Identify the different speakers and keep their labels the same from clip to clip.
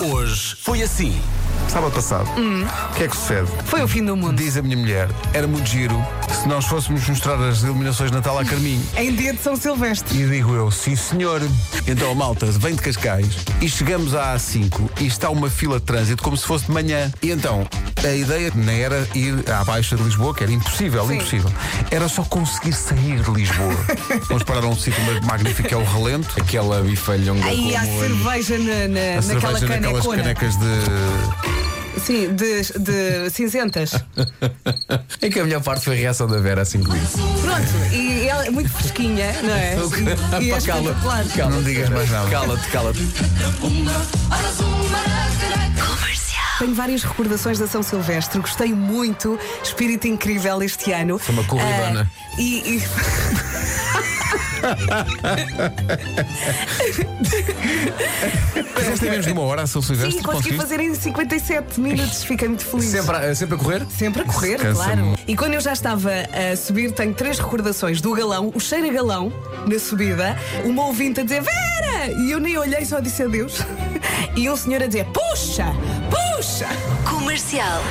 Speaker 1: hoje foi assim. Sábado passado. O que é que sucede?
Speaker 2: Foi o fim do mundo.
Speaker 1: Diz a minha mulher, era muito giro se nós fôssemos mostrar as iluminações de Natal a Carminho.
Speaker 2: Em dia de São Silvestre.
Speaker 1: E digo eu, sim senhor. Então a malta vem de Cascais e chegamos à A5 e está uma fila de trânsito como se fosse de manhã. E então, a ideia não era ir à Baixa de Lisboa, que era impossível,
Speaker 2: Sim.
Speaker 1: impossível. Era só conseguir sair de Lisboa. Vamos parar a um sítio magnífico, que é o Relento.
Speaker 3: Aquela bifelha um
Speaker 2: Aí há cerveja na, na-
Speaker 1: A
Speaker 2: naquela
Speaker 1: cerveja naquelas
Speaker 2: canecona.
Speaker 1: canecas de...
Speaker 2: Sim, de, de cinzentas.
Speaker 3: É que a melhor parte foi a reação da Vera assim que disse.
Speaker 2: Pronto, e ela é muito fresquinha, não é? E é
Speaker 3: Pá, cala,
Speaker 2: espetacular.
Speaker 3: cala,
Speaker 1: Não digas mais nada.
Speaker 3: Cala-te, cala-te.
Speaker 2: Tenho várias recordações da São Silvestre, gostei muito, espírito incrível este ano. Foi
Speaker 3: uma
Speaker 1: é?
Speaker 3: corridona.
Speaker 2: e. e-
Speaker 1: Fizeste em menos de uma hora a São Silvestre?
Speaker 2: Sim, consegui
Speaker 1: Conseguiste? é
Speaker 2: fazer em 57 minutos, fiquei muito feliz.
Speaker 3: Sempre, a- eh, sempre a correr?
Speaker 2: Sempre a correr,
Speaker 1: Cansa-me.
Speaker 2: claro. E quando eu já estava a subir, tenho três recordações do galão, o cheiro a galão na subida, uma ouvinte a dizer Vera! E eu nem olhei, só disse adeus. E um senhor a dizer Puxa! Puxa!
Speaker 4: Comercial.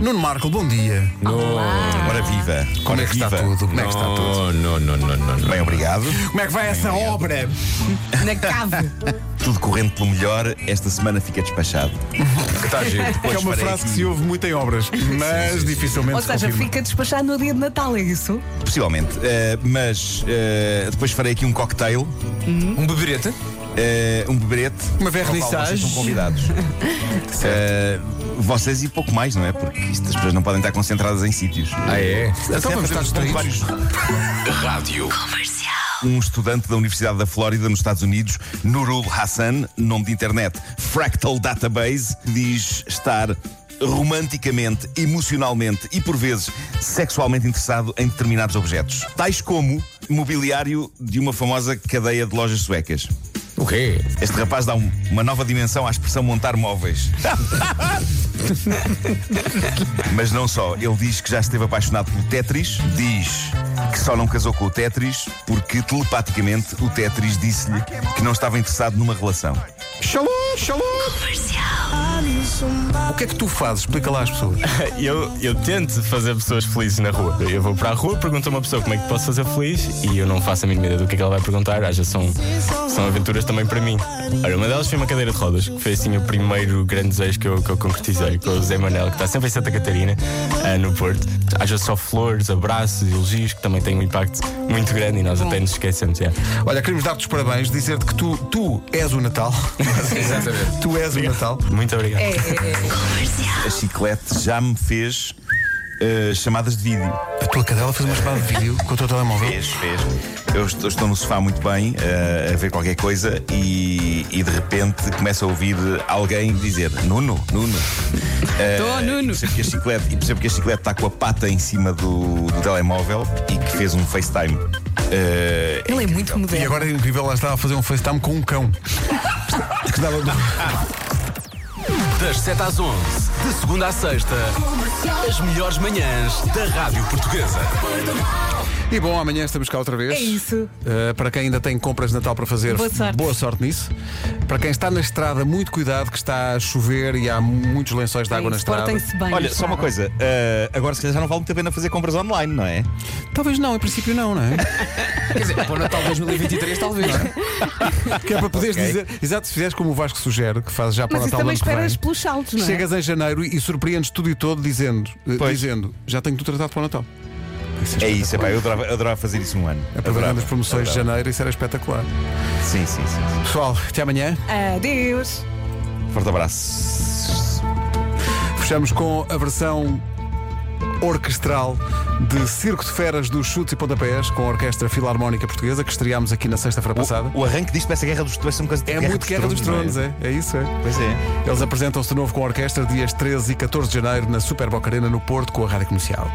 Speaker 1: Nuno Marco, bom dia.
Speaker 5: Ora viva!
Speaker 1: Como é que está tudo? Como é que está tudo?
Speaker 3: não, não, não, não. não.
Speaker 5: Bem, obrigado.
Speaker 1: Como é que vai essa obra?
Speaker 2: Na cave.
Speaker 5: Tudo correndo pelo melhor, esta semana fica despachado.
Speaker 3: Está giro.
Speaker 1: Que é uma
Speaker 5: farei
Speaker 1: frase que
Speaker 5: aqui-
Speaker 1: se ouve muito em obras, mas dificilmente
Speaker 2: Ou
Speaker 1: se
Speaker 2: seja,
Speaker 1: confirma.
Speaker 2: fica despachado no dia de Natal, é isso?
Speaker 5: Possivelmente. Eh, mas eh, depois farei aqui um cocktail,
Speaker 3: Um beberete?
Speaker 5: eh, um beberete.
Speaker 1: Uhum. Uma
Speaker 5: ao qual
Speaker 1: vernissage.
Speaker 5: Vocês são convidados. Eh, vocês e pouco mais, não é? Porque isto, as pessoas não podem estar concentradas em sítios.
Speaker 3: Ah, é?
Speaker 1: Então vamos estar distraídos.
Speaker 5: Rádio. Um estudante da Universidade da Flórida, nos Estados Unidos, Nurul Hassan, nome de internet Fractal Database, diz estar romanticamente, emocionalmente e, por vezes, sexualmente interessado em determinados objetos, tais como mobiliário de uma famosa cadeia de lojas suecas.
Speaker 3: O quê?
Speaker 5: Este rapaz dá um- uma nova dimensão à expressão montar móveis. Mas não só, ele diz que já esteve apaixonado pelo Tetris, diz que só não casou com o Tetris porque telepaticamente o Tetris disse-lhe que não estava interessado numa relação.
Speaker 1: Shalom, shalom. O que é que tu fazes? Explica lá às pessoas.
Speaker 6: Eu, eu tento fazer pessoas felizes na rua. Eu vou para a rua, pergunto a uma pessoa como é que posso fazer feliz e eu não faço a mínima ideia do que é que ela vai perguntar. Às vezes são, são aventuras também para mim. Olha, uma delas foi uma cadeira de rodas, que foi assim o primeiro grande desejo que eu, que eu concretizei com o José Manel, que está sempre em Santa Catarina, ah, no Porto. Às vezes só flores, abraços, elogios, que também têm um impacto muito grande e nós até nos esquecemos. é.
Speaker 1: Olha, queremos dar-te os parabéns, dizer-te que tu, tu és o Natal.
Speaker 3: Exatamente.
Speaker 1: Tu és o Natal.
Speaker 6: Muito obrigado.
Speaker 2: É, é, é.
Speaker 5: A chiclete já me fez eh, chamadas de vídeo.
Speaker 1: A tua cadela fez uma chamada de vídeo com o teu telemóvel.
Speaker 5: Fez, fez. Eu est- eu estou no sofá muito bem eh, a ver qualquer coisa e, e de repente começo a ouvir alguém dizer Nuno, Nuno.
Speaker 2: Tô,
Speaker 5: Eh,
Speaker 2: Nuno.
Speaker 5: E percebo que a chiclete, e percebo que a chiclete está com a pata em cima do, do telemóvel e que fez um FaceTime. Eh,
Speaker 2: Ele é muito
Speaker 1: E
Speaker 2: moderno.
Speaker 1: agora é incrível, ela estava a fazer um FaceTime com um cão. Que dava-
Speaker 7: Das 7 às 11, de segunda à sexta, as melhores manhãs da Rádio Portuguesa.
Speaker 1: E bom, amanhã estamos cá outra vez.
Speaker 2: É isso.
Speaker 1: Uh, para quem ainda tem compras de Natal para fazer,
Speaker 2: Boa sorte.
Speaker 1: nisso. Para quem está na estrada, muito cuidado que está a chover e há muitos lençóis de água na estrada.
Speaker 2: É Portem-se bem.
Speaker 5: Olha, só uma coisa, eh, agora se calhar já não vale muito a pena fazer compras online, não é?
Speaker 1: Talvez não, em princípio não, não é?
Speaker 3: Quer dizer, para o Natal de 2023, talvez.
Speaker 1: que é para poderes
Speaker 5: Ok.
Speaker 1: dizer, exato, se fizeres como o Vasco sugere, que faz já para
Speaker 2: Mas
Speaker 1: o
Speaker 2: isso
Speaker 1: Natal do
Speaker 2: também
Speaker 1: ano que
Speaker 2: esperas
Speaker 1: vem.
Speaker 2: pelos saltos, não é?
Speaker 1: Chegas em janeiro e surpreendes tudo e todo dizendo, eh,
Speaker 5: Pois.
Speaker 1: dizendo já tenho tudo tratado para o Natal. É
Speaker 5: É isso, epá, eu adorava, eu adorava fazer isso um ano.
Speaker 1: Aproveitando
Speaker 5: Adorava,
Speaker 1: as promoções de
Speaker 5: adorava.
Speaker 1: janeiro, isso era espetacular.
Speaker 5: Sim, sim, sim.
Speaker 1: Pessoal, até amanhã.
Speaker 2: Adeus.
Speaker 5: Forte abraço.
Speaker 1: Fechamos com a versão orquestral de Circo de Feras dos Chutes e Pontapés, com a Orquestra Filarmónica Portuguesa, que estreámos aqui na sexta-feira passada.
Speaker 5: O, o arranque disto parece a Guerra dos Tronos. parece uma coisa de
Speaker 1: É muito Guerra dos Tronos,
Speaker 5: não
Speaker 1: é? É isso, é?
Speaker 5: Pois é.
Speaker 1: Eles apresentam-se de novo com a orquestra dias 13 e 14 de janeiro na Super Boca Arena, no Porto, com a Rádio Comercial.